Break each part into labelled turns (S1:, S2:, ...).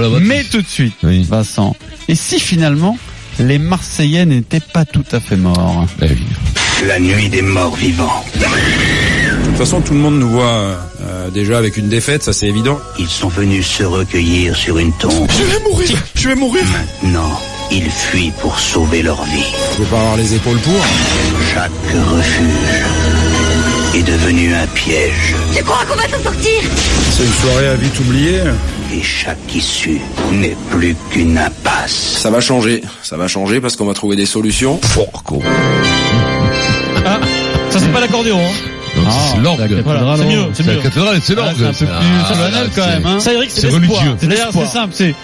S1: la voiture.
S2: Mais tout de suite,
S1: Oui.
S2: Vincent. Et si finalement les Marseillais n'étaient pas tout à fait morts
S1: Bah oui.
S3: La nuit des morts vivants.
S4: De toute façon, tout le monde nous voit euh, euh, déjà avec une défaite, ça c'est évident.
S3: Ils sont venus se recueillir sur une tombe.
S4: Je vais mourir Je vais mourir
S3: Maintenant, ils fuient pour sauver leur vie.
S4: Je peux pas avoir les épaules pour.
S3: Chaque refuge est devenu un piège.
S5: Tu crois qu'on va s'en sortir
S4: C'est une soirée à vite oublier.
S3: Et chaque issue n'est plus qu'une impasse.
S4: Ça va changer, ça va changer parce qu'on va trouver des solutions.
S6: Ça c'est pas l'accordéon. Hein.
S1: Donc,
S2: Ah,
S1: c'est
S2: la
S1: l'orgue.
S2: cathédrale.
S6: Voilà, c'est mieux, c'est
S1: C'est la
S6: mieux.
S1: cathédrale et c'est
S2: Ah,
S1: l'orgue.
S2: c'est un peu plus solennel quand même. Hein.
S6: Ça Eric, c'est
S1: C'est
S6: l'espoir.
S1: religieux.
S6: C'est
S2: D'ailleurs, c'est
S6: l'espoir.
S2: simple, c'est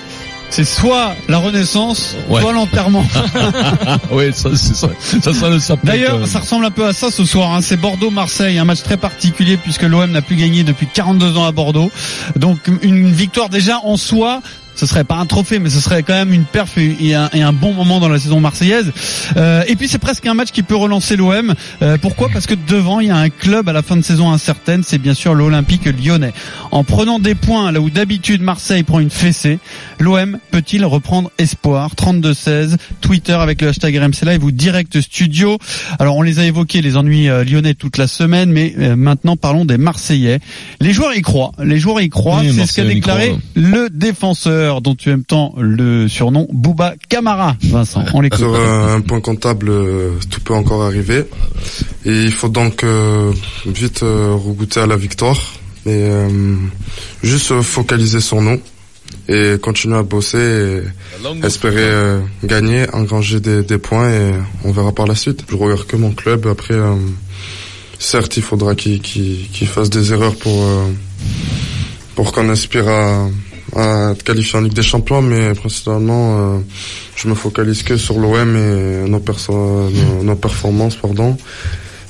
S2: c'est soit la Renaissance,
S1: Ouais.
S2: soit l'enterrement.
S1: Oui, ça, c'est ça. Ça sent le sapin. quand
S2: hein. D'ailleurs,
S1: même.
S2: ça ressemble un peu à ça ce soir. Hein. C'est Bordeaux-Marseille, un match très particulier puisque l'OM n'a plus gagné depuis 42 ans à Bordeaux. Donc une victoire déjà en soi. Ce serait pas un trophée, mais ce serait quand même une perf et et un, et un bon moment dans la saison marseillaise. Euh, et puis c'est presque un match qui peut relancer l'OM. Euh, pourquoi Parce que devant, il y a un club à la fin de saison incertaine, c'est bien sûr l'Olympique lyonnais. En prenant des points là où d'habitude Marseille prend une fessée, l'OM peut-il reprendre espoir 32-16, Twitter avec le hashtag RMC Live ou Direct Studio. Alors on les a évoqués, les ennuis euh, lyonnais toute la semaine, mais euh, maintenant parlons des Marseillais. Les joueurs y croient, les joueurs y croient,
S1: Oui,
S2: c'est ce qu'a
S1: Marseillais y
S2: déclaré
S1: croient.
S2: le défenseur dont tu aimes tant le surnom Bouba Camara. Vincent, on l'écoute.
S7: Sur euh, un point comptable, euh, tout peut encore arriver. Et il faut donc euh, vite euh, regoûter à la victoire et euh, juste euh, focaliser sur nous et continuer à bosser et espérer euh, gagner, engranger des, des points et on verra par la suite. Je regarde que mon club. Après, euh, certes, il faudra qu'il qu'il- qu'il fasse des erreurs pour euh, pour qu'on aspire à, à être qualifié en Ligue des Champions, mais principalement. euh, je me focalise que sur l'OM et nos, perso- nos, nos performances, pardon.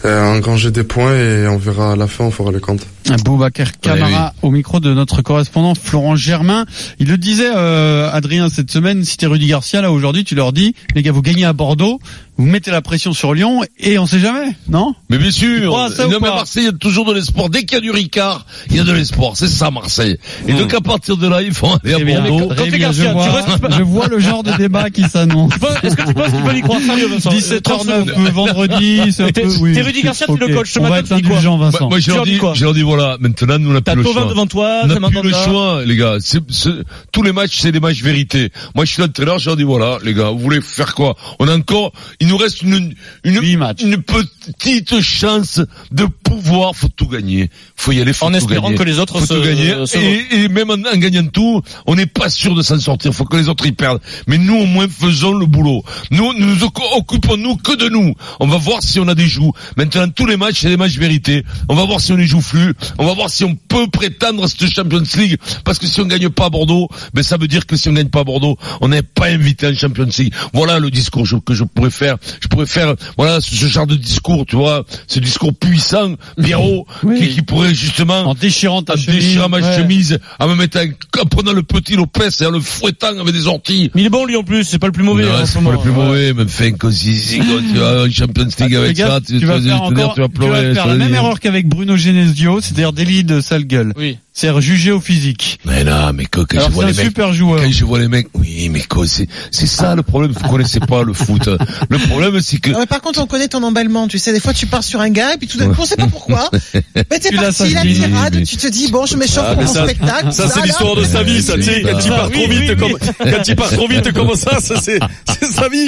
S7: Euh, engranger des points et on verra à la fin, on fera les comptes.
S6: Eh
S2: Boubacar Camara au micro de notre correspondant Florent Germain. Il le disait, euh, Adrien, cette semaine, si t'es Rudy Garcia, là, aujourd'hui, tu leur dis, les gars, vous gagnez à Bordeaux, vous mettez la pression sur Lyon, et on sait jamais, non
S1: Mais bien sûr,
S2: crois à ça ou
S1: non, mais à
S2: pas
S1: Marseille, il y a toujours de l'espoir. Dès qu'il y a du Ricard, il y a de l'espoir. C'est ça, Marseille. Et donc, à partir de là, ils font aller à
S2: Très
S6: Eh
S2: Hmm. Eh bien.
S1: Bordeaux.
S2: Très
S6: t'es
S2: bien,
S6: Garcia,
S2: je
S6: tu
S2: vois,
S6: restes pas-
S2: je vois le genre de débat qui s'annonce.
S6: Est-ce que tu penses qu'il peut y croire sérieux, Vincent
S2: 17h09, euh, vendredi, c'est un
S6: T'es-
S2: peu, oui.
S6: t'es Rudy Garcia, tu le
S2: Ok,
S6: coaches, ce
S2: On va
S6: matin,
S2: être
S6: tu dis quoi
S2: indulgent,
S1: Bah,
S2: Vincent.
S1: moi, je
S6: Tu
S1: leur
S6: leur dis
S1: dis,
S6: quoi
S1: je leur dis, voilà, maintenant, nous, on n'a
S6: T'as
S1: plus le
S6: Tovin
S1: choix.
S6: devant toi,
S1: On n'a
S6: Samantha
S1: plus le
S6: devant-
S1: choix, les gars. C'est- c'est- tous les matchs, c'est des matchs vérité. Moi, je suis l'entraîneur, je leur dis, voilà, les gars, vous voulez faire quoi On a encore, il nous reste une, une,
S2: Huit matchs.
S1: une petite chance de pouvoir, faut tout gagner. Faut y aller, faut
S6: En
S1: tout
S6: espérant
S1: gagner.
S6: que les autres
S1: faut
S6: se-
S1: tout gagner.
S6: se-
S1: et, et même en, en gagnant tout, on n'est pas sûr de s'en sortir. Faut que les autres y perdent. Mais nous, au moins, faisons le boulot. Nous, nous nous occu- occupons-nous que de nous. On va voir si on a des joues. Maintenant, tous les matchs, c'est des matchs vérités. On va voir si on les joue plus. On va voir si on peut prétendre à cette Champions League. Parce que si on gagne pas à Bordeaux, ben, ça veut dire que si on gagne pas à Bordeaux, on n'est pas invité en Champions League. Voilà le discours je- que je pourrais faire. Je pourrais faire, voilà, ce, ce genre de discours, tu vois. Ce discours puissant, Pierrot,
S2: Oui.
S1: qui, qui pourrait justement
S2: En déchirant ta
S1: en
S2: chemise.
S1: déchirant ma
S2: ouais.
S1: chemise, en me mettant, en prenant le petit Lopez et en le fouettant avec des orties.
S6: Mais il est bon lui en plus, c'est pas le plus mauvais.
S1: Non,
S2: hein,
S6: en ce
S1: c'est pas le
S6: moment.
S1: plus
S6: Ouais.
S1: mauvais, mais enfin, quand si- si- quand tu vas en Champions League
S2: Fais
S1: avec
S2: gaffe,
S1: ça,
S2: Ah, tu vas faire encore,
S1: tu vas pleurer.
S2: tu vas faire
S1: je
S2: la
S1: te
S2: même
S1: dis.
S2: erreur qu'avec Bruno Genesio, c'est-à-dire délit de sale gueule.
S6: Oui.
S2: C'est-à-dire jugé au physique.
S1: Mais non, mais quand, quand
S2: Alors
S1: je vois
S2: c'est un
S1: les mecs,
S2: super joueur.
S1: quand je vois les mecs, oui, mais quoi, c'est, c'est ça le problème, vous connaissez pas le foot. Le problème, c'est que,
S8: Ouais, par contre, on connaît ton emballement. Tu sais, des fois, tu pars sur un gars et puis tout d'un coup, on sait pas pourquoi. Mais t'es
S2: Tu l'as, ça,
S8: parti,
S2: je
S8: la
S2: dis,
S1: mais-
S8: tirade. Tu te dis, bon, je m'échauffe
S1: Ah,
S8: pour
S1: mais
S8: mon
S1: ça-
S8: spectacle.
S4: Ça c'est
S8: là.
S4: l'histoire de sa vie, ça tu sais, quand il part trop vite, comme quand il part trop vite comme ça, ça c'est c'est sa vie.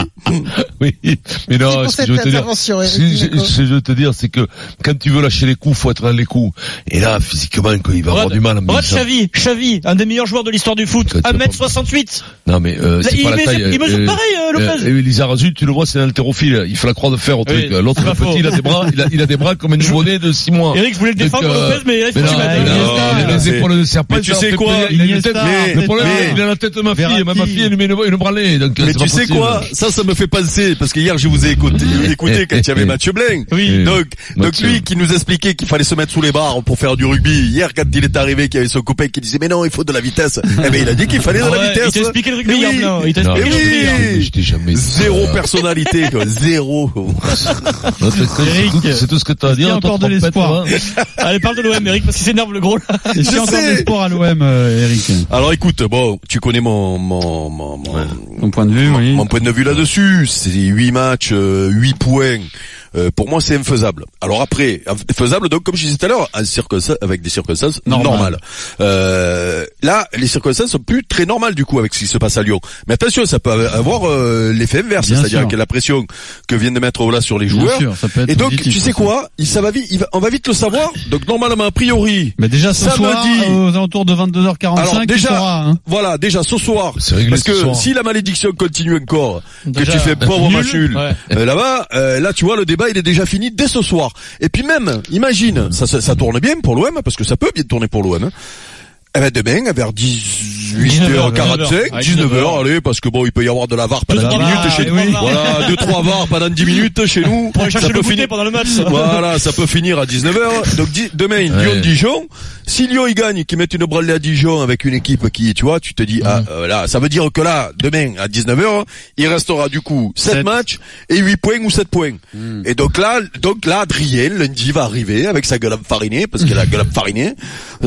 S1: oui, mais
S8: Merci
S1: non,
S8: pour
S1: ce que
S8: cette
S1: je veux te dire,
S8: intervention, Eric
S1: ce que je-
S8: Dimeco.
S1: ce que je veux te dire, c'est que quand tu veux lâcher les coups, faut être dans les coups. Et là, physiquement, quand il va avoir
S6: Rod-
S1: du mal à me
S6: Rod
S1: dire ça.
S6: Chavi, Chavi, un des meilleurs joueurs de l'histoire du foot,
S1: Quand tu
S6: 1m68.
S1: Non mais euh,
S6: Là,
S1: c'est
S6: il
S1: pas la
S6: mesure-
S1: taille.
S6: il mesure pareil, euh, Lopez.
S1: euh, Elisa Razu, tu le vois, c'est un haltérophile. Il fait la croix de fer au
S6: Oui,
S1: truc. L'autre
S6: c'est pas
S1: le
S6: faux.
S1: petit, il a des bras, il a, il a des bras comme un nouveau-né de 6 mois.
S6: Eric, je voulais le
S1: Donc,
S6: défendre
S1: euh,
S6: Lopez, mais là, il faut
S1: mais
S6: que
S1: non,
S6: tu
S1: mais
S6: m'aides.
S1: non,
S2: Iniesta.
S1: il a les épaules de serpent.
S4: Mais tu
S1: il en
S4: sais
S1: fait
S4: quoi,
S1: plaisir, il a une tête-
S2: Iniesta,
S1: Le problème,
S2: mais-
S1: il a la tête de ma fille.
S2: Verratti.
S1: Ma ma fille, elle lui met le, le branlet. Donc,
S9: Mais
S1: c'est pas
S9: tu sais
S1: possible. Eh,
S9: quoi Ça, ça me fait penser parce que hier je vous ai écouté, écouté quand il y avait Mathieu Blain.
S1: Oui.
S9: Donc, donc
S1: Eh, Mathieu.
S9: lui qui nous expliquait qu'il fallait se mettre sous les barres pour faire du rugby. Hier, quand il est arrivé qu'il y avait son copain qui disait mais non il faut de la vitesse. eh ben il a dit qu'il fallait de
S6: Ah
S9: la
S6: ouais,
S9: vitesse.
S6: il t'a expliqué le truc de
S9: Eh oui.
S6: Yann, non, il t'a
S1: Non,
S9: Eh
S6: expliqué le truc de Yann.
S1: Mais je
S9: oui.
S1: t'ai jamais dit
S9: Zéro
S1: ça.
S9: personnalité, quoi. zéro.
S1: Non, c'est- c'est-
S2: Eric,
S1: C'est tout ce que t'as à
S2: est-ce qu'il y
S1: dire.
S2: a
S1: toi,
S2: encore de
S1: trompette,
S2: l'espoir
S1: toi
S6: Allez, parle de l'OM, Eric, parce qu'il s'énerve le gros là.
S2: Et j'ai
S9: Je
S2: encore
S9: sais.
S2: de l'espoir à l'OM, euh, Eric.
S9: Alors écoute, bon, tu connais mon mon mon mon,
S2: Mon point de vue, oui.
S9: mon point de vue là-dessus. C'est huit matchs, euh, huit points. Euh, pour moi, c'est infaisable. Alors après, faisable donc comme je disais tout à l'heure, en circonsta- avec des circonstances
S2: Normal.
S9: normales. Euh, là, les circonstances sont plus très normales du coup avec ce qui se passe à Lyon. Mais attention, ça peut avoir euh, l'effet inverse,
S2: Bien
S9: c'est-à-dire
S2: sûr.
S9: que la pression que vient de mettre Ola sur les
S2: Bien
S9: joueurs.
S2: sûr, ça peut être
S9: Et donc,
S2: positif,
S9: tu sais
S2: ça.
S9: quoi il, ça va vite, il va- on va vite le savoir. Donc normalement, a priori,
S2: Mais déjà ce
S9: Samedi.
S2: soir, aux alentours de 22h45,
S9: Alors,
S2: tu
S9: déjà-
S2: sauras, hein.
S9: voilà, déjà ce soir,
S1: C'est réglé
S9: parce
S1: ce
S9: que
S1: soir.
S9: si la malédiction continue encore, que
S6: Déjà, bah,
S9: tu fais pauvre
S6: nul,
S9: machule,
S6: ouais.
S9: euh, là-bas, euh, là tu vois le débat il est déjà fini dès ce soir. Et puis même, imagine, ça, ça, ça tourne bien pour l'OM, parce que ça peut bien tourner pour l'OM. hein. Eh ben demain, vers 18h45,
S6: 19h,
S9: 19h, allez, parce que bon, il peut y avoir de la VAR pendant
S6: Tout
S9: 10
S6: va,
S9: minutes chez nous.
S6: oui.
S9: Voilà, deux trois VAR pendant 10 minutes chez nous.
S6: Pour aller
S9: Ça
S6: chercher
S9: peut
S6: le
S9: finir-
S6: goûter pendant le match.
S9: voilà, ça peut finir à 19h. Donc di- demain, Lyon-Dijon. Si Lyon il gagne, qu'ils mettent une branlée à Dijon avec une équipe qui, tu vois, tu te dis, ah, euh, là, ça veut dire que là, demain à 19h, il restera du coup 7,
S2: Sept.
S9: matchs et 8 points ou 7 points. Et donc là, donc là, Adrien, lundi, va arriver avec sa gueule farinée, parce que la gueule farinée,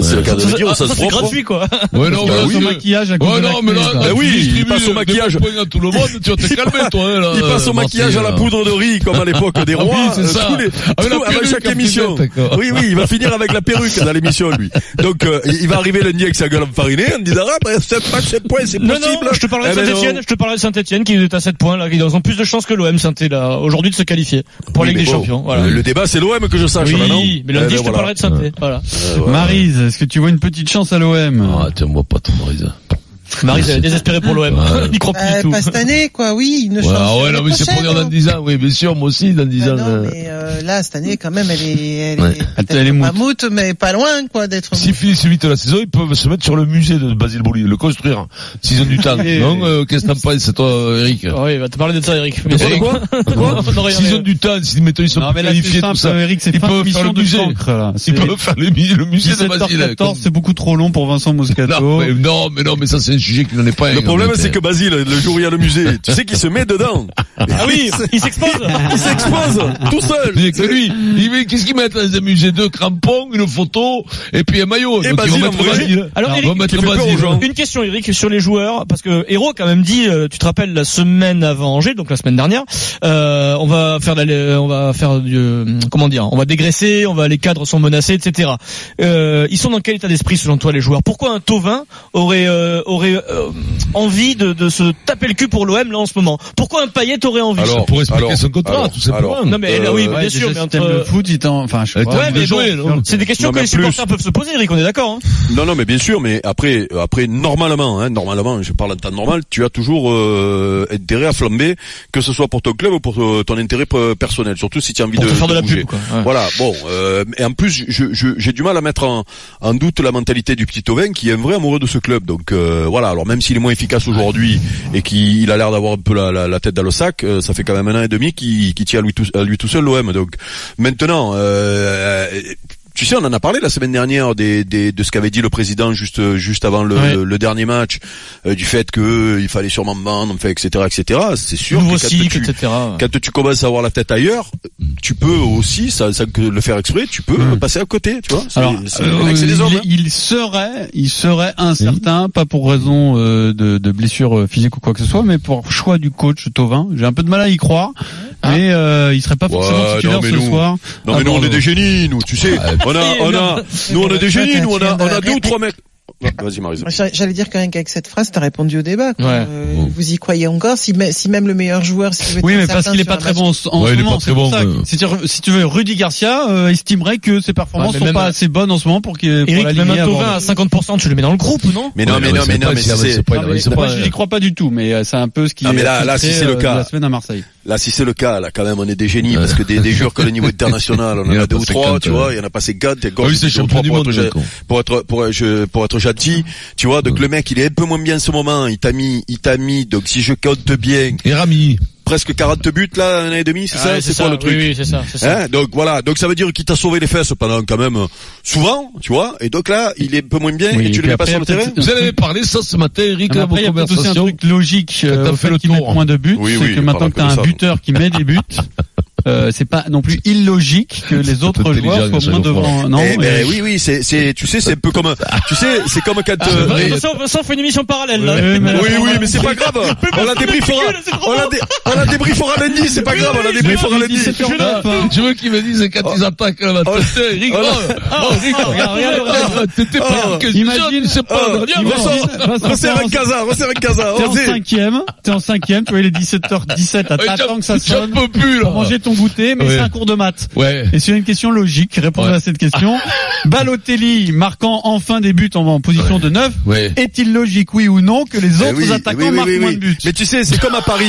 S9: c'est le cas de le dire,
S6: Ah,
S9: ça,
S6: ça,
S9: se
S6: c'est
S9: prend.
S6: gratuit quoi.
S1: Ouais, non,
S9: Bah
S1: mais là,
S9: oui,
S1: c'est-
S2: Son maquillage à cause
S1: Ouais,
S2: de
S1: non, mais là,
S2: l'acné, ça.
S9: bah oui,
S1: tu
S9: il
S1: distribues
S9: passe au
S1: des
S9: maquillage.
S1: points à tout le monde, tu vas te
S9: Il
S1: calmer, toi, là.
S9: Il passe au maquillage à la poudre de riz, comme à l'époque des
S1: Ah
S9: rois,
S1: oui, c'est
S9: euh,
S1: ça.
S9: tous les-
S1: Avec la
S9: tous-
S1: perruque
S9: avec chaque
S1: en
S9: émission.
S1: plus, d'accord.
S9: Oui, oui, il va finir avec la perruque dans l'émission, lui. Donc, euh, il il va arriver lundi avec sa gueule farinée, en disant, ah, bah, 7 matchs, 7 points, c'est
S6: Non,
S9: possible.
S6: non, je te parlerai
S9: Eh
S6: de
S9: ben non.
S6: Saint-Etienne, je te parlerai de Saint-Etienne qui est à 7 points là, ils ont plus de chances que l'OM Saint-Etienne là, aujourd'hui de se qualifier pour
S9: Oui,
S6: la Ligue
S9: mais
S6: des
S9: bon,
S6: Champions. Voilà.
S9: Le, le débat, c'est l'OM que je sache, là, non?
S6: Oui,
S9: Eh
S6: mais
S9: ben,
S6: lundi je te
S9: voilà.
S6: parlerai de Saint-Etienne. Voilà.
S9: Euh, voilà.
S2: Maryse, est-ce que tu vois une petite chance à l'OM
S1: Ah, tiens, moi pas trop, Marise.
S6: Marie, elle est désespérée pour l'OM.
S1: Ouais.
S6: Il n'y croit plus
S8: Euh,
S6: du tout.
S8: pas cette année, quoi. Oui, une
S1: Ouais,
S8: chance.
S1: ah ouais,
S8: l'année
S1: non, mais c'est pour
S8: prochaine,
S1: dire dans
S8: hein.
S1: 10 ans. Oui, bien sûr, moi aussi, dans 10
S8: Bah
S1: ans.
S8: non,
S1: euh,
S8: mais euh, là, cette année, quand même, elle est, elle est,
S1: Ouais.
S8: peut-être
S2: Elle est
S8: pas
S2: moute.
S8: moute, mais pas loin, quoi, d'être
S1: S'ils finissent vite la saison, ils peuvent se mettre sur le musée de Basile Boli, le construire, s'ils ont du temps.
S2: Et-
S1: Non, euh, qu'est-ce que t'en penses, toi, euh, Eric
S6: Ah Oui, il va te parler de ça, Eric. Mais
S1: Eric
S6: Quoi Non, rien,
S1: S'ils
S6: rien.
S1: ont du temps, si maintenant ils sont
S2: Non, mais là, c'est
S1: qualifiés, tout
S2: simple, euh,
S1: ça,
S2: Eric, c'est
S1: Ils
S2: pas
S1: peuvent
S2: une mission
S1: faire le
S2: de
S1: musée.
S2: cancre, là.
S1: ils peuvent faire le, mu- le musée de Basile.
S2: 17h14, c'est beaucoup trop long pour Vincent Moscato.
S1: Non, mais non, mais non, mais ça, c'est un sujet qui n'en est pas un,
S9: Le
S1: en
S9: problème,
S1: fait.
S9: c'est que Basile, le jour où il y a le musée, tu sais qu'il se met dedans.
S6: Ah oui, il s'expose.
S9: Il s'expose, tout seul.
S1: C'est que lui, il met- qu'est-ce qu'il met dans un musée Deux crampons, une photo, et puis un maillot.
S9: Et
S1: Donc, ils vont
S9: Basile en
S1: mettre
S9: vrai.
S1: Basile.
S6: Alors,
S1: Non,
S6: Eric,
S1: on va mettre
S9: qui fait peur
S1: Basile.
S9: aux gens.
S6: Une question, Eric, sur les joueurs, parce que Héro a quand même dit, euh, tu te rappelles la semaine avant Angers, donc la semaine dernière, euh, on va faire, de la- on va faire du, euh, comment dire, on va dégraisser, on va les cadres sont menacés, etc. Euh, ils sont dans quel état d'esprit selon toi les joueurs Pourquoi un Tovin aurait euh, aurait euh, envie de, de se taper le cul pour l'OM là en ce moment Pourquoi un Payet aurait envie
S9: Alors,
S1: Pour expliquer
S9: alors,
S1: son contrat,
S9: alors,
S1: tout simplement.
S9: alors.
S6: Non mais elle, oui,
S9: euh,
S6: bien
S2: Ouais,
S6: sûr,
S2: déjà,
S6: mais
S2: si
S6: entre.
S2: t'aimes le foot, il t'en, enfin, je sais
S1: Ouais,
S2: pas.
S1: t'aimes
S6: Ouais, mais bon,
S1: jouer, non
S6: c'est des questions
S9: Non,
S6: que
S9: mais
S6: les
S9: plus.
S6: supporters peuvent se poser, Eric, on est d'accord. Hein
S9: Non, non, mais bien sûr, mais après, euh, après normalement, hein, normalement, je parle en temps normal, tu as toujours euh, intérêt à flamber, que ce soit pour ton club ou pour euh, ton intérêt euh, personnel, surtout si tu as envie
S6: Pour
S9: de,
S6: te faire de la
S9: bouger.
S6: pub, quoi. Ouais.
S9: Voilà, bon, euh, et en plus, je- je- j'ai du mal à mettre en, en doute la mentalité du petit Ovin qui est un vrai amoureux de ce club. Donc euh, voilà, alors même s'il est moins efficace aujourd'hui et qu'il a l'air d'avoir un peu la, la- la tête dans le sac, euh, ça fait quand même un an et demi qu'il qu'il tient à lui tout, à lui tout seul l'OM. Donc maintenant, euh, tu sais, on en a parlé la semaine dernière des, des- de ce qu'avait dit le président juste juste avant le,
S6: Ouais.
S9: le- le dernier match, euh, du fait que euh, il fallait sûrement vendre, enfin, etc., etc. C'est sûr
S6: Nouveau
S9: que quand
S6: cycle,
S9: tu-
S6: etc.
S9: quand tu commences à avoir la tête ailleurs, tu peux aussi, sans, sans que le faire exprès, tu peux
S1: Hmm.
S9: passer à côté, tu vois. C'est-
S2: Alors,
S9: c'est-
S2: euh,
S9: mec, c'est des
S2: il-
S9: hommes, hein. Mm-hmm.
S2: il, serait, il serait incertain, pas pour raison euh, de, de blessure euh, physique ou quoi que ce soit, mais pour choix du coach Tovin. J'ai un peu de mal à y croire, mais euh, il serait pas forcément
S9: Ah. Ouais,
S2: titulaire
S9: non, mais
S2: ce
S9: nous-
S2: soir.
S9: Non mais
S2: Ah,
S9: nous on
S2: bon,
S9: est des génies, nous, tu sais. On a, on a, nous on a des génies, nous on a, on a deux ou trois mecs. Ouais, Vas-y Marisa.
S8: Moi, j'a- J'allais dire quand même qu'avec cette phrase, t'as répondu au débat. quoi.
S6: Ouais.
S8: Euh, Vous y croyez encore si, mè- si même le meilleur joueur, si tu veux
S2: Oui,
S8: être
S2: mais parce
S8: certain
S2: qu'il est
S8: sur
S2: pas
S8: un
S2: très
S8: match-
S2: bon en ce en
S1: Ouais,
S2: ce
S1: il est
S2: moment.
S1: pas
S2: c'est
S1: très
S2: pour
S1: bon,
S2: ça que-
S1: euh.
S2: C'est-à-dire, si tu veux, Rudy Garcia euh, estimerait que ses performances
S6: Ouais, mais
S2: sont
S6: même-
S2: pas assez bonnes en ce moment pour qu'il pour
S6: Eric, même
S2: l'aligner
S6: un
S2: à
S6: Tovin
S2: Bordeaux.
S6: à 50%, tu le mets dans le groupe, non
S9: Mais non,
S1: Ouais,
S9: mais
S1: ouais,
S9: non,
S1: c'est
S9: mais non,
S1: pas-
S9: mais
S1: c'est-
S9: c'est,
S1: c'est pas-
S2: Ah,
S1: il
S2: mais
S1: avance
S2: moi,
S1: pas,
S2: j'y
S1: hein.
S2: crois pas du tout, mais euh, c'est un peu ce qui
S9: Non, mais
S2: est
S9: là- là,
S2: filtré,
S9: si c'est le
S2: euh, de
S9: cas-
S2: la semaine à Marseille.
S9: là si c'est le cas, là quand même on est des génies parce que des, des joueurs que le niveau international, on
S1: Il y
S9: en
S1: en
S9: a
S1: a
S9: deux
S1: pas
S9: ou trois,
S1: 50,
S9: tu
S1: ouais.
S9: vois, il y en a pas ces gars, t'es
S1: euh. Ah oui, c'est champion du monde, le con.
S9: pour être pour euh, je pour être gentil, tu
S1: Hmm.
S9: vois. Donc
S1: Ouais.
S9: le mec, il est un peu moins bien en ce moment. Il t'a mis, il t'a mis. Donc si je compte bien,
S1: Et Rami.
S9: presque 40 buts là, un an et demi, c'est
S1: Ah
S2: Ah
S9: ça C'est quoi le truc
S6: Oui, oui, c'est ça, c'est ça.
S9: Hein donc voilà, donc ça veut dire qu'il t'a sauvé les fesses pendant quand même euh, souvent, tu vois. Et donc là, il est un peu moins bien
S2: Oui,
S9: et
S2: et
S9: tu
S2: puis
S9: le mets pas
S2: après,
S9: sur le terrain.
S2: peut-être-
S1: Vous en avez parlé ça ce matin, Eric, dans
S2: Non, mais
S1: vos
S2: après, il y a peut-être aussi un
S1: conversations.
S2: truc logique euh,
S1: T'as
S2: au
S1: fait
S2: fait
S1: le
S2: qu'ils
S1: tour,
S2: mettent
S1: hein.
S2: moins de buts,
S9: Oui,
S2: c'est
S9: oui,
S2: que
S9: on
S2: maintenant
S9: parle
S2: que t'as
S9: que de
S2: un
S9: ça,
S2: buteur qui met des buts, euh, c'est pas non plus illogique que les autres
S1: intelligent,
S2: joueurs
S1: ça,
S2: soient moins
S1: je crois.
S2: devant. Non,
S9: Eh
S2: et- Ah.
S9: ben oui, oui, c'est, c'est, tu sais, c'est un peu comme, un- tu sais, c'est comme quand. euh,
S6: Bah,
S1: mais-
S6: Vincent, Vincent fait une émission parallèle, là.
S2: Oui, mais-
S9: oui, oui, mais c'est pas grave. On la débriefera.
S6: c'est trop
S9: On la, dé, on la débriefera lundi. C'est pas grave. On la débriefera
S2: mais-
S9: lundi.
S2: mais- mais-
S9: hein.
S1: Ah, Je veux qu'ils me disent quand ils attaquent le matin.
S9: oh,
S1: Eric,
S9: oh,
S1: oh,
S2: Ah,
S1: oh, Eric,
S6: oh, regarde, regarde,
S1: regarde, t'étais pas
S9: oh,
S1: que
S2: imagine-
S1: c'est pas
S9: Ah,
S1: la dernière.
S2: imagine-
S1: Oh,
S2: Vincent,
S9: Resserre un casa. Resserre un casa.
S2: T'es en
S9: vas-y. Ah,
S2: cinquième, t'es en cinquième, tu vois, il est 17h17,
S1: j'en-
S2: t'attends que ça
S1: J'en
S2: sonne
S1: peux plus, là.
S2: pour manger ton goûter, mais
S1: Ouais.
S2: c'est un cours de maths.
S1: Ouais.
S2: Et sur une question logique, répondez
S1: Ouais.
S2: à cette question. Balotelli marquant enfin des buts en, en position de 9,
S1: Ouais.
S2: est-il logique, oui ou non, que les
S9: Eh
S2: autres
S9: oui,
S2: attaquants
S9: oui, oui,
S2: marquent
S9: oui,
S2: moins
S9: oui.
S2: de buts
S9: Mais tu sais, c'est comme à Paris.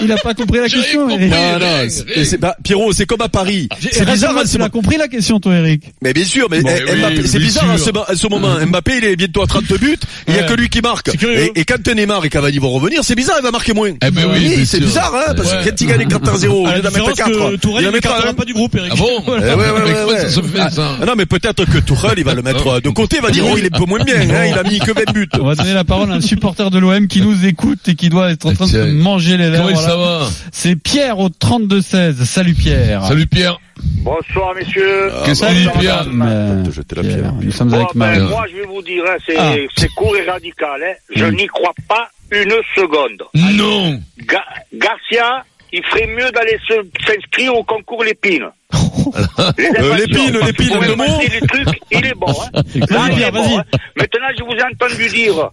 S2: Il a pas compris la
S1: J'avais
S2: question,
S1: compris.
S2: Eric.
S9: Non, non,
S1: oui.
S9: c'est- c'est pas- Pierrot, c'est comme à Paris. C'est
S2: Reste-moi,
S9: bizarre, hein,
S2: tu
S9: c'est
S2: l'as compris la question, toi, Eric
S9: Mais bien sûr, mais
S1: Bon,
S9: eh,
S1: oui,
S9: Mbappé- c'est
S1: bien
S9: bizarre à ce,
S1: sûr.
S9: à ce moment. hein. Mbappé, il est bientôt à 30 buts, il y a
S6: Ouais.
S9: que lui qui marque.
S6: curieux.
S9: Et, et quand Neymar et Cavani vont revenir, c'est bizarre, il va marquer moins.
S1: Eh ben oui, bien
S9: c'est
S1: sûr.
S9: bizarre, hein, parce
S1: Ouais.
S9: que quand il gagne 4 à 0,
S6: À
S9: il
S6: la
S9: en mettre
S6: différence que
S9: 4.
S6: Tourelle,
S9: il en
S6: il
S9: mettra
S6: m'écartera
S9: un.
S6: pas du groupe, Eric.
S1: Ah bon?
S6: Voilà.
S9: Eh ouais, ouais,
S1: Mais
S9: ouais,
S1: comment ça
S9: ouais.
S1: se fait, ça?
S9: Ah non, mais peut-être que Tourelle, il va le mettre de côté, il va dire, oh, il est un peu moins bien, hein, il a mis que 20 buts.
S2: On va donner la parole à un supporter de l'OM qui nous écoute et qui doit être en train de se
S1: Tiens.
S2: manger les lèvres.
S1: Comment
S2: là.
S1: ça va?
S2: C'est Pierre au 32-16. Salut Pierre.
S9: Ah.
S1: Salut Pierre.
S5: Bonsoir messieurs.
S1: Qu'est-ce que tu dis, Pierre?
S2: Euh,
S9: Je jeter la
S2: Pierre,
S9: pierre.
S2: Nous sommes
S5: Bon,
S2: avec
S5: ben,
S2: Marie.
S5: moi je vais vous dire, hein, c'est
S2: Ah.
S5: c'est court et radical. hein. Je n'y crois pas une seconde.
S1: Non!
S5: Ga- Garcia, il ferait mieux d'aller se- s'inscrire au concours Lépine. Les
S9: Euh,
S5: inventions,
S9: Lépine,
S5: parce que
S9: Lépine,
S5: vous
S9: deux
S5: pouvez
S9: mots.
S5: passer le truc, il est bon. hein. Là, il
S6: Pierre,
S5: est bon,
S6: vas-y.
S5: hein. Maintenant, je vous ai entendu dire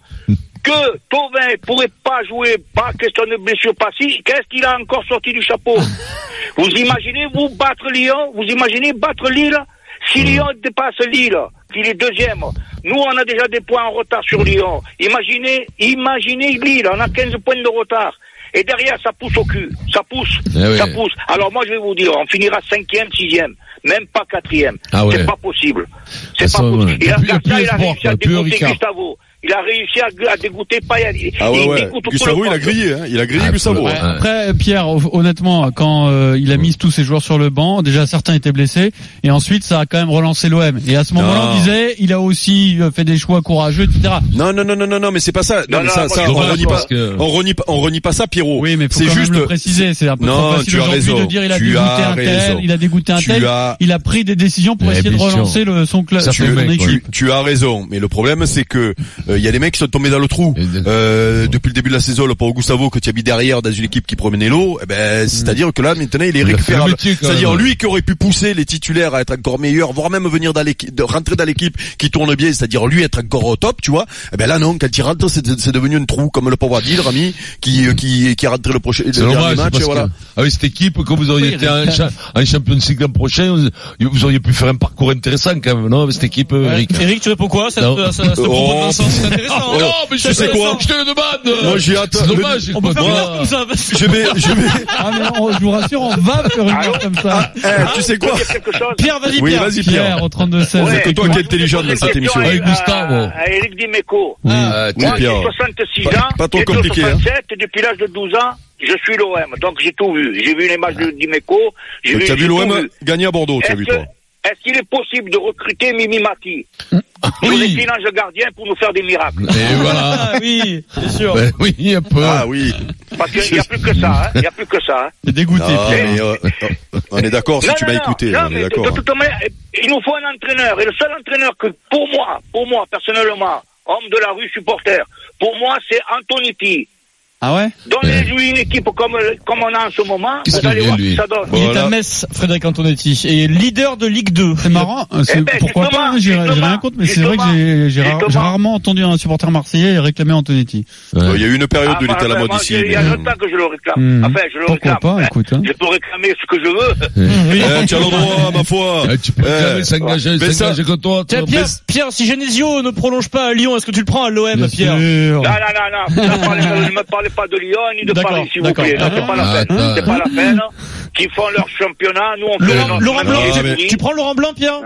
S5: que Tauvin pourrait pas jouer, pas question de blessure, pas si. Qu'est-ce qu'il a encore sorti du chapeau Vous imaginez, vous, battre Lyon Vous imaginez battre Lille Si
S1: Hmm.
S5: Lyon dépasse Lille, qu'il est deuxième, nous, on a déjà des points en retard sur Lyon. Imaginez, imaginez Lille, on a 15 points de retard. Et derrière, ça pousse au cul. Ça pousse.
S1: Eh oui.
S5: Ça pousse. Alors moi, je vais vous dire, on finira cinquième, sixième. Même pas quatrième.
S1: Ah ouais.
S5: C'est pas possible.
S1: Ah,
S5: C'est
S1: ça,
S5: pas
S1: ouais.
S5: possible. Et
S1: Il y a
S5: là,
S1: plus- il y a
S5: Garcia,
S1: plus
S5: il
S1: espoir,
S5: a réussi à
S1: quoi. Plus
S5: dégoûter
S1: Ricard.
S5: Gustavo. Il a réussi à, à dégoûter Payet. Il-
S9: Ah ouais,
S5: il
S9: ouais.
S5: dégoûte tout le
S9: Gustavo, il
S5: monde.
S9: a grillé, hein, il a grillé
S1: Ah,
S9: Gustavo.
S1: ouais.
S9: hein.
S2: Après, Pierre, hon- honnêtement, quand euh, il a mis tous ses joueurs sur le banc, déjà certains étaient blessés, et ensuite ça a quand même relancé l'OM. Et à ce moment-là, on
S9: Non.
S2: disait, il a aussi euh, fait des choix courageux, etc.
S9: Non, non, non, non, non, non, mais c'est pas ça.
S5: Non,
S9: Non, mais
S5: non,
S9: ça,
S5: moi,
S9: ça,
S5: je
S9: on
S5: comprends
S9: renie
S1: parce
S9: pas,
S1: que-
S9: on renie pas, on renie pas ça, Pierrot.
S2: Oui, mais faut
S9: c'est
S2: quand
S9: juste
S2: même le préciser. C'est un peu
S9: Non,
S2: trop facile
S9: tu as
S2: aujourd'hui
S9: raison,
S2: de dire il a
S9: tu
S2: dégoûté
S9: as
S2: un tel,
S9: raison.
S2: il a dégoûté un
S9: Tu
S2: tel.
S9: as-
S2: Il a pris des décisions pour
S1: Eh
S2: essayer de
S1: bien sûr.
S2: relancer le, son club,
S1: Ça
S2: son
S1: fait mec,
S2: équipe.
S1: ouais.
S9: Tu, tu as raison, mais le problème c'est que il y a des mecs qui sont tombés dans le trou.
S1: Exactement.
S9: Euh, depuis le début de la saison, le pauvre Gustavo que tu as mis derrière dans une équipe qui promenait l'eau, eh ben, c'est-à-dire que là maintenant il est
S1: Mm. fait le
S9: récupérable.
S1: métier, quand
S9: C'est-à-dire
S1: même.
S9: lui qui aurait pu pousser les titulaires à être encore meilleurs, voire même venir dans l'équipe, de rentrer dans l'équipe qui tourne bien, c'est-à-dire lui être encore au top, tu vois. Eh ben là non, quand il rentre, c'est c'est devenu une trou comme le pauvre Adil Rami qui qui qui est rentré le prochain le
S1: C'est
S9: dernier
S1: normal, c'est
S9: match.
S1: parce
S9: voilà.
S1: que, avec cette équipe, quand vous auriez
S2: Oui,
S1: été en, cha- en Champions League l'an prochain, vous- vous auriez pu faire un parcours intéressant quand même, non, avec cette équipe, Eric?
S6: Eric, tu réponds quoi? Ça
S1: Non.
S6: te, ça, ça te propos de
S9: Oh.
S6: Vincent, c'est intéressant.
S1: Ah,
S9: Oh,
S1: non, mais je sais
S9: tu sais
S1: quoi
S9: quoi
S1: Je te le demande
S9: Moi, j'ai hâte.
S1: C'est dommage
S6: On peut faire une
S1: Moi,
S6: heure comme ça, Vincent.
S9: Je vais je vais.
S2: Ah, mais on- je vous rassure, on va faire une heure comme ça.
S9: Eh, tu sais quoi
S5: Dire quelque chose.
S6: Pierre, vas-y,
S9: Oui,
S6: Pierre.
S9: vas-y Pierre.
S2: Pierre, au 32-16.
S5: Ouais.
S9: C'est toi
S5: Moi, je
S9: qui es
S5: vous ai
S9: intelligent
S5: posé
S9: dans
S5: une
S9: cette
S5: question
S9: émission.
S5: à-
S1: Avec Gustavo.
S5: À, à Éric Dimeco.
S1: Euh,
S9: Oui,
S1: tiens,
S5: Moi, j'ai
S9: Pierre.
S5: 66
S9: Pas-
S5: ans.
S9: pas trop
S5: j'ai
S9: compliqué, hein.
S5: 67, et depuis l'âge de 12 ans, je suis l'OM. Donc j'ai tout vu. J'ai vu les matchs de Dimeco. J'ai
S9: Donc,
S5: vu,
S9: Tu as
S5: j'ai
S9: vu
S5: tout
S9: l'OM
S5: vu.
S9: gagner à Bordeaux, tu as
S5: Est-ce
S9: vu
S5: que-
S9: toi.
S5: est-ce qu'il est possible de recruter Mimi Mati
S1: Ah, oui.
S5: sur les finances gardiens pour nous faire des miracles
S1: Et voilà.
S6: Ah, oui, c'est sûr.
S9: Bah.
S1: Ben oui, un peu.
S9: Ah oui.
S5: Parce qu'il n'y a plus que ça. hein. Il n'y a plus que ça. hein.
S2: T'es dégoûté,
S9: Non,
S2: Pierre.
S9: mais, euh, euh, on est d'accord si
S5: Non,
S9: tu
S5: non,
S9: m'as
S5: non,
S9: écouté,
S5: non,
S9: on
S5: mais
S9: est
S5: de-
S9: d'accord. hein.
S5: de toute manière, il nous faut un entraîneur. Et le seul entraîneur que, pour moi, pour moi, personnellement, homme de la rue supporter, pour moi, c'est Antonetti.
S2: Ah ouais?
S5: Donnez-lui une équipe comme, comme on a en ce moment.
S1: Qu'est-ce
S5: vous
S1: qu'il
S5: allez
S1: est,
S5: voir
S1: lui
S5: ce que ça donne.
S6: Il est
S9: Voilà.
S6: à Metz, Frédéric Antonetti, et leader de Ligue 2.
S2: C'est marrant, c'est
S5: Eh ben,
S2: pourquoi
S5: justement,
S2: pas, hein, j'ai j'ai
S5: justement,
S2: rien contre, mais c'est vrai que j'ai- j'ai ra-
S5: justement.
S2: j'ai rarement entendu un supporter marseillais réclamer Antonetti.
S9: Euh, Il y a eu une période
S5: Ah,
S9: où il était à la
S5: bah,
S9: mode
S5: moi,
S9: ici.
S5: Il y a
S9: mais, euh,
S5: longtemps que je le réclame.
S2: Hmm.
S5: Enfin, je le
S2: Pourquoi
S5: réclame.
S2: pas,
S5: hein.
S2: écoute, hein.
S5: Je peux réclamer ce que je veux.
S9: euh, eh, tu as le droit, ma foi.
S1: Eh, tu peux
S9: Eh,
S1: jamais s'engager,
S9: mais ça-
S1: s'engager que toi. toi.
S6: Tiens, Pierre, Pierre, si Genesio ne prolonge pas à Lyon, est-ce que tu le prends à l'OM,
S2: Bien
S6: Pierre
S2: sûr.
S5: Non, non, non, non. Ne me parlez- Ne me parlez pas de Lyon ni de
S2: D'accord,
S5: Paris, s'il vous
S2: d'accord,
S5: plaît. Non, C'est pas
S9: Ah,
S5: la peine.
S1: d'accord.
S5: C'est pas la peine. Qu'ils font leur championnat. Nous, on fait
S6: Laurent,
S5: notre
S6: Laurent Blanc,
S5: championnat.
S9: mais- Ah.
S6: tu, tu prends Laurent Blanc, Pierre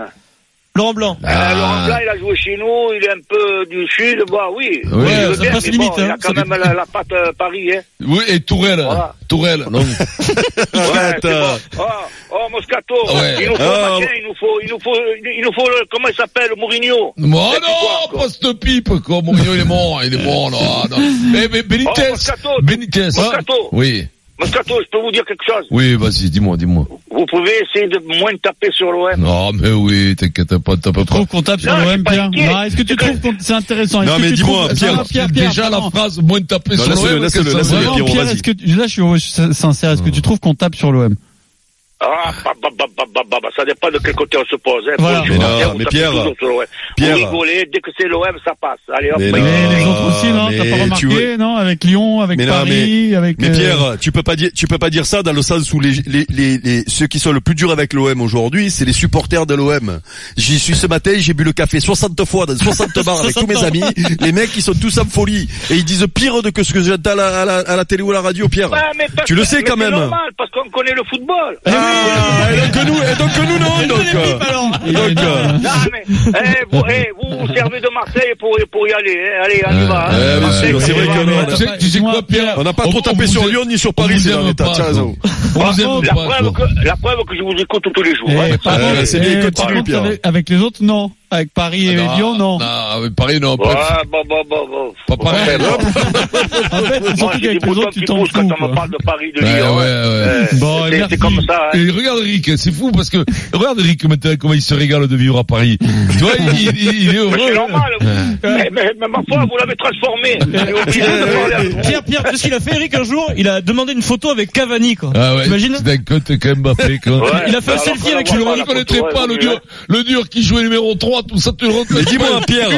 S6: Laurent Blanc.
S1: Ah.
S5: Euh, Laurent Blanc, il a joué chez nous, il est un peu du sud, bah oui.
S1: Oui,
S5: Je veux
S6: ça passe
S5: mais
S6: limite,
S5: bon, Il
S6: hein,
S5: a
S6: ça
S5: quand même
S6: dépend.
S5: la, la patte euh, Paris, hein.
S1: Oui, et Tourelle.
S5: Voilà.
S1: Tourelle, non.
S5: Ouais,
S9: Arrête,
S5: c'est
S9: euh.
S5: bon. Ah, oh, Moscato,
S1: Ouais.
S5: il nous faut
S9: Ah,
S5: machin, il nous faut, il nous faut, il nous faut, le- comment il s'appelle, Mourinho.
S1: Oh
S5: Et puis quoi,
S1: non,
S5: quoi
S1: pas cette pipe, quoi. Mon il est mort, il est mort, non, non. Mais, mais Benitez.
S5: Oh, Moscato.
S1: Benitez. hein.
S5: Moscato.
S1: Oui.
S5: Moscato, je peux vous dire quelque chose.
S1: Oui, vas-y, dis-moi, dis-moi.
S5: Vous pouvez essayer de moins taper sur l'OM.
S1: Non, mais oui, t'inquiète pas, t'as pas
S2: Trouve qu'on tape sur
S5: Non,
S2: l'OM,
S5: j'ai pas
S2: Pierre.
S5: niqué.
S6: Ah,
S2: Non, Est-ce que tu trouves qu'on- c'est intéressant Est-ce
S9: Non,
S2: que
S9: mais
S2: tu
S9: dis-moi,
S2: trouves-
S1: Pierre,
S2: Non, Pierre, Pierre,
S1: déjà la
S2: pardon.
S1: phrase moins tapée
S9: Non,
S1: sur
S9: laisse-le,
S1: l'OM.
S9: laisse-le,
S1: que ça
S9: laisse-le,
S1: va.
S9: Pierre.
S2: Vraiment,
S9: Pierrot,
S2: Pierre,
S9: vas-y.
S2: est-ce que tu- là je suis, je suis sincère, est-ce que tu trouves qu'on tape sur l'OM
S5: Ah, bah, bah, bah, bah, bah, bah, bah, ça dépend de quel côté on se pose. Hein.
S6: Voilà.
S5: Pour
S9: Mais
S5: le
S9: non,
S5: supporter, vous
S9: mais
S5: tapez
S9: Pierre,
S5: toujours sur l'OM.
S9: Pierre.
S5: Vous rigolez, dès que c'est l'OM, ça passe. Allez, hop,
S9: Mais
S5: bah,
S9: non.
S2: Mais
S5: il-
S2: les autres aussi, non T'as
S9: mais
S2: pas
S9: tu
S2: remarqué,
S9: veux-
S2: non Avec Lyon, avec
S9: Mais non,
S2: Paris, avec.
S9: Mais
S2: euh,
S9: Pierre, tu peux pas dire, tu peux pas dire ça dans le sens où les, les, les, les- ceux qui sont le plus durs avec l'OM aujourd'hui, c'est les supporters de l'OM. J'y suis ce matin, j'ai bu le café 60 fois dans 60 bars avec tous mes amis. Les mecs, ils sont tous en folie et ils disent pire de que ce que j'entends à la, à la, à la télé ou à la radio, Pierre.
S5: Ouais, mais parce
S9: Tu le
S5: que-
S9: sais
S5: mais
S9: quand
S5: C'est
S9: même.
S5: normal, parce qu'on connaît le football.
S9: Ah, et donc nous, et donc nous non, donc. euh,
S2: et-
S9: donc, euh,
S5: Non, mais, eh, vous, eh, vous, vous servez de Marseille pour, pour y aller. hein. Allez, on y va. hein.
S9: ouais, bien sûr, c'est vrai que non,
S1: Tu sais- Tu sais
S2: Dis-moi,
S1: quoi, Pierre
S9: on n'a pas trop
S1: On- on
S9: tapé
S1: vous
S9: sur
S1: aime-
S9: Lyon ni sur
S1: on
S9: Paris,
S1: vous
S9: c'est
S1: aime
S9: dans l'état.
S1: pas,
S9: Tiens,
S1: non. On
S5: Par
S1: vous aime
S5: contre, la,
S1: pas.
S5: preuve
S1: quoi.
S5: que, la preuve que je vous écoute tous les jours.
S2: et-
S5: hein.
S2: par contre,
S9: c'est bien,
S2: et-
S9: continue,
S2: par contre,
S9: Pierre. Ah
S2: avec- Avec les autres, non. Avec Paris et
S1: Ah, Non,
S2: Lyon, non.
S1: Non, mais Paris, non.
S5: Ouais,
S1: pas-
S5: bon, bon, bon, bon.
S1: Pas pareil.
S5: Ouais, bon.
S2: En fait, c'est
S5: Moi,
S2: surtout
S5: j'ai des
S2: qu'avec les
S5: boutons
S2: autres, tu
S5: qui
S2: t'en
S5: poussent
S2: fous.
S5: quand on me
S2: quoi.
S5: parle de Paris, de
S1: Ouais,
S5: Lyon.
S1: ouais,
S5: Euh,
S1: ouais.
S2: Bon,
S5: c'est-
S2: merci.
S5: c'est comme ça. hein.
S1: Et regarde Eric, c'est fou parce que regarde Eric maintenant comment il se régale de vivre à Paris. tu vois, il, il- il est
S5: Mais c'est
S1: heureux.
S5: normal. vous- Mais, mais, mais ma foi, vous l'avez transformé. J'ai oublié de parler à vous.
S6: Pierre, Pierre, tu sais ce qu'il a fait, Eric, un jour Il a demandé une photo avec Cavani, quoi.
S1: Ah ouais,
S6: T'imagines
S1: c'est d'un côté quand même Mbappé quoi.
S5: Ouais,
S6: Il a fait un
S5: bah,
S6: selfie
S5: alors,
S6: avec
S1: Tu
S5: on va
S1: le
S5: voir la
S1: reconnaîtrais
S5: photo,
S1: pas,
S5: ouais,
S1: le
S5: vous
S1: dur,
S5: verrez.
S1: le dur qui jouait numéro 3, tout ça, tu le reconnaîtrais.
S9: Mais dis-moi,
S1: pas.
S9: Pierre.
S1: Une,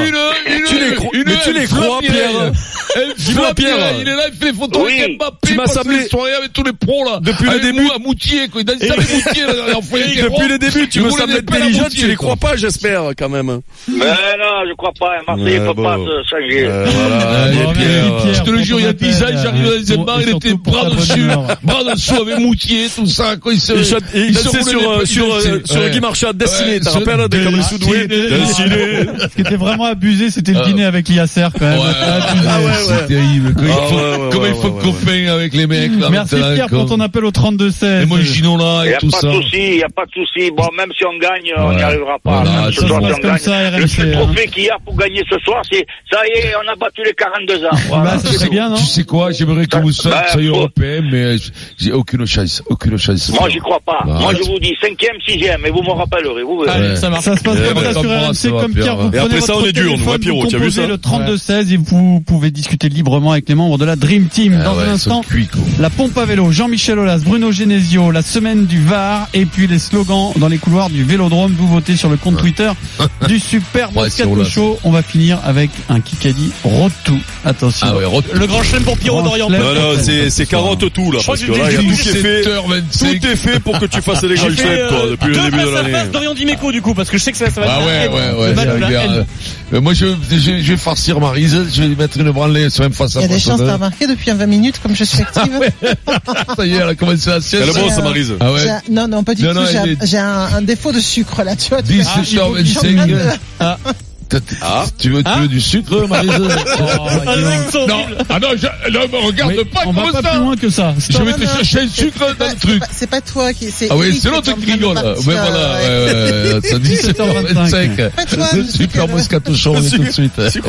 S1: une,
S9: Tu les cro-
S1: une-
S9: mais tu les
S1: une
S9: crois,
S1: flamme, il est là.
S9: Pierre.
S1: Elle
S9: Dis-moi,
S1: flamme, Il
S9: Pierre.
S1: est là, Eh, il est là, il fait les photos
S5: Oui.
S1: avec Mbappé.
S9: Tu m'as
S1: il passe
S9: semblé-
S1: les soirées avec tous les pros, là.
S9: Depuis le
S1: Avec
S9: début-
S1: nous, à Moutier, quoi. Il dansait avec Moutier, la dernière fois. il était
S9: Depuis
S1: rond.
S9: le début, tu
S1: Il
S9: me
S1: voulait
S9: sembles
S1: des pelles à
S9: intelligent,
S1: Moutier,
S9: tu les
S1: quoi.
S9: crois pas, j'espère, quand même.
S5: Mais non, je crois pas. hein. Marseille
S9: Ouais,
S5: peut
S9: bon.
S5: pas se changer.
S9: Euh,
S1: Ah,
S9: voilà,
S1: il y a
S9: bon,
S2: mais
S9: Pierre.
S2: Pierre,
S1: Je te le
S2: pour
S1: jure,
S2: ton
S1: il y a
S2: appel,
S1: 10 ans, j'arrive dans
S2: euh,
S1: les Zembar, il
S2: et
S1: était
S2: surtout pour
S1: bras
S2: ta bonne
S1: dessus,
S2: humeur.
S1: bras dessous avec Moutier, tout ça, quoi. Il se,
S9: Il chante- il
S1: il se
S9: dansait
S1: roulait
S9: sur,
S1: des-
S9: euh,
S1: il
S9: sur, euh,
S1: dansait,
S9: sur
S1: ouais.
S9: Guy Marchand, dessiné,
S1: Ouais,
S9: t'as
S1: sur-
S9: rappelé, t'es comme les soudoués. Dessiné.
S2: Ah, Ce qui était vraiment abusé, c'était
S9: Ah.
S2: le dîner avec Yasser quand même. Ah,
S1: Ouais,
S2: Abusé.
S1: c'est terrible. Comment
S9: Ah
S1: il faut,
S9: ouais, ouais,
S1: comment il
S9: ouais,
S1: faut
S9: ouais,
S1: copain avec les mecs, là.
S2: Merci
S1: maintenant,
S2: Pierre
S1: quoi.
S2: pour ton appel au 32 16.
S1: Et moi, Gino là,
S5: Il n'y
S1: et
S5: a
S1: tout
S5: pas
S1: ça.
S5: de souci, il n'y a pas de souci. Bon, même si on gagne, on n'y
S1: Voilà.
S5: arrivera pas.
S9: Ah,
S1: Voilà,
S5: Même
S1: ça
S5: ce soir,
S1: se
S5: si
S2: passe
S5: on
S2: comme
S5: gagne,
S2: ça,
S5: le
S2: RMC,
S5: seul
S2: hein.
S5: trophée qu'il y a pour gagner ce soir, c'est ça y est, on a battu les 42 ans. Voilà.
S2: Bah, ça serait bien, non
S1: Tu sais quoi, j'aimerais que vous
S5: Bah,
S1: soyez
S5: faut-
S1: européen, mais euh, j'ai aucune chance, aucune chance.
S5: Moi, j'y crois pas.
S1: Bah,
S5: Moi,
S1: ouais.
S5: je vous dis cinquième, sixième, et vous me rappellerez. Vous verrez.
S6: Allez, ça marche.
S2: Ça se passe
S9: Eh
S2: comme
S9: ben,
S2: ça
S1: ça
S2: sur
S1: me brasse,
S2: RMC,
S1: ça
S2: comme
S1: va,
S2: Pierre,
S1: Pierre.
S2: vous
S9: Et après
S2: prenez
S9: ça,
S2: votre
S9: on est dur, on voit
S2: téléphone,
S9: Pierrot,
S2: vous
S9: tu as vu
S2: composez
S9: ça
S2: le 32-16 et vous pouvez discuter librement avec les membres de la Dream Team.
S9: Eh
S1: Ah
S2: Dans
S1: ouais,
S2: un
S1: ils sont
S2: instant,
S1: cuits, quoi.
S2: la pompe à vélo, Jean-Michel Aulas, Bruno Genesio, la semaine du VAR et puis les slogans dans les couloirs du Vélodrome. Vous votez sur le compte Twitter du Super
S1: Ouais, c'est
S2: Moscato
S1: Aulas.
S2: Show. On va finir avec un Kikadi Rotou. Attention.
S1: Ah ouais, rot-
S6: Le grand chelem pour Pierrot
S1: Oh,
S2: Grand
S6: d'Orient.
S2: chelem.
S9: Non, non, c'est, c'est 40 tout, là,
S6: Je crois
S9: parce
S6: que
S9: que là, il y a tout qui est fait.
S1: 17h25.
S9: Tout est fait pour que tu fasses des grands
S6: J'ai fait
S9: chefs, toi,
S6: euh,
S9: depuis le
S6: deux
S9: début de
S6: face à face
S9: l'année.
S6: d'Orient Dimeco, du coup, parce que je sais que ça, ça va
S1: Ah
S6: être la
S1: ouais,
S6: haine.
S1: ouais,
S6: Le
S1: ouais.
S6: match de
S1: je
S6: la
S1: regarde.
S6: haine.
S1: Euh, moi, je, je, je vais farcir ma rise, je vais lui mettre une branlée sur un face à
S8: Il y a
S1: face.
S8: des chances, t'as remarqué, depuis 20 minutes, comme je suis active.
S1: Ça y est, elle a commencé la sieste.
S9: Elle est bonne,
S8: euh,
S9: ça, Marise.
S1: Ah ouais.
S8: J'ai- Non, non, pas du
S1: Non,
S8: tout.
S1: non,
S8: J'ai
S1: elle
S8: un-
S1: est-
S8: j'ai un, un défaut de sucre là, tu vois. tu vois.
S2: Ah, il vaut-
S1: 17h25.
S2: Ah.
S1: T'as- t'as-
S9: Ah.
S1: Tu veux, tu
S2: Ah.
S1: veux du sucre, Marise?
S2: Oh,
S6: Ah, les mecs sont
S1: Non,
S6: horribles.
S1: ah non, je, non, me regarde
S2: Oui,
S1: pas
S2: on va
S1: comme
S2: pas plus
S1: ça.
S2: loin que ça. Stop.
S1: Je vais te
S8: Non, non,
S1: chercher un sucre dans
S8: Ouais,
S1: le
S8: c'est
S1: truc.
S8: pas- C'est pas toi qui. c'est
S1: Ah oui,
S8: Eric
S1: c'est
S8: est
S1: l'autre
S8: en
S1: qui
S8: train de
S1: rigole.
S8: partir,
S1: Ouais, voilà,
S8: euh,
S1: ouais, ouais, ouais, ça
S2: 17h25.
S1: 17h25.
S8: Pas toi,
S1: Le
S8: monsieur
S1: super
S8: Calvin.
S1: moscato show, on est tout de suite.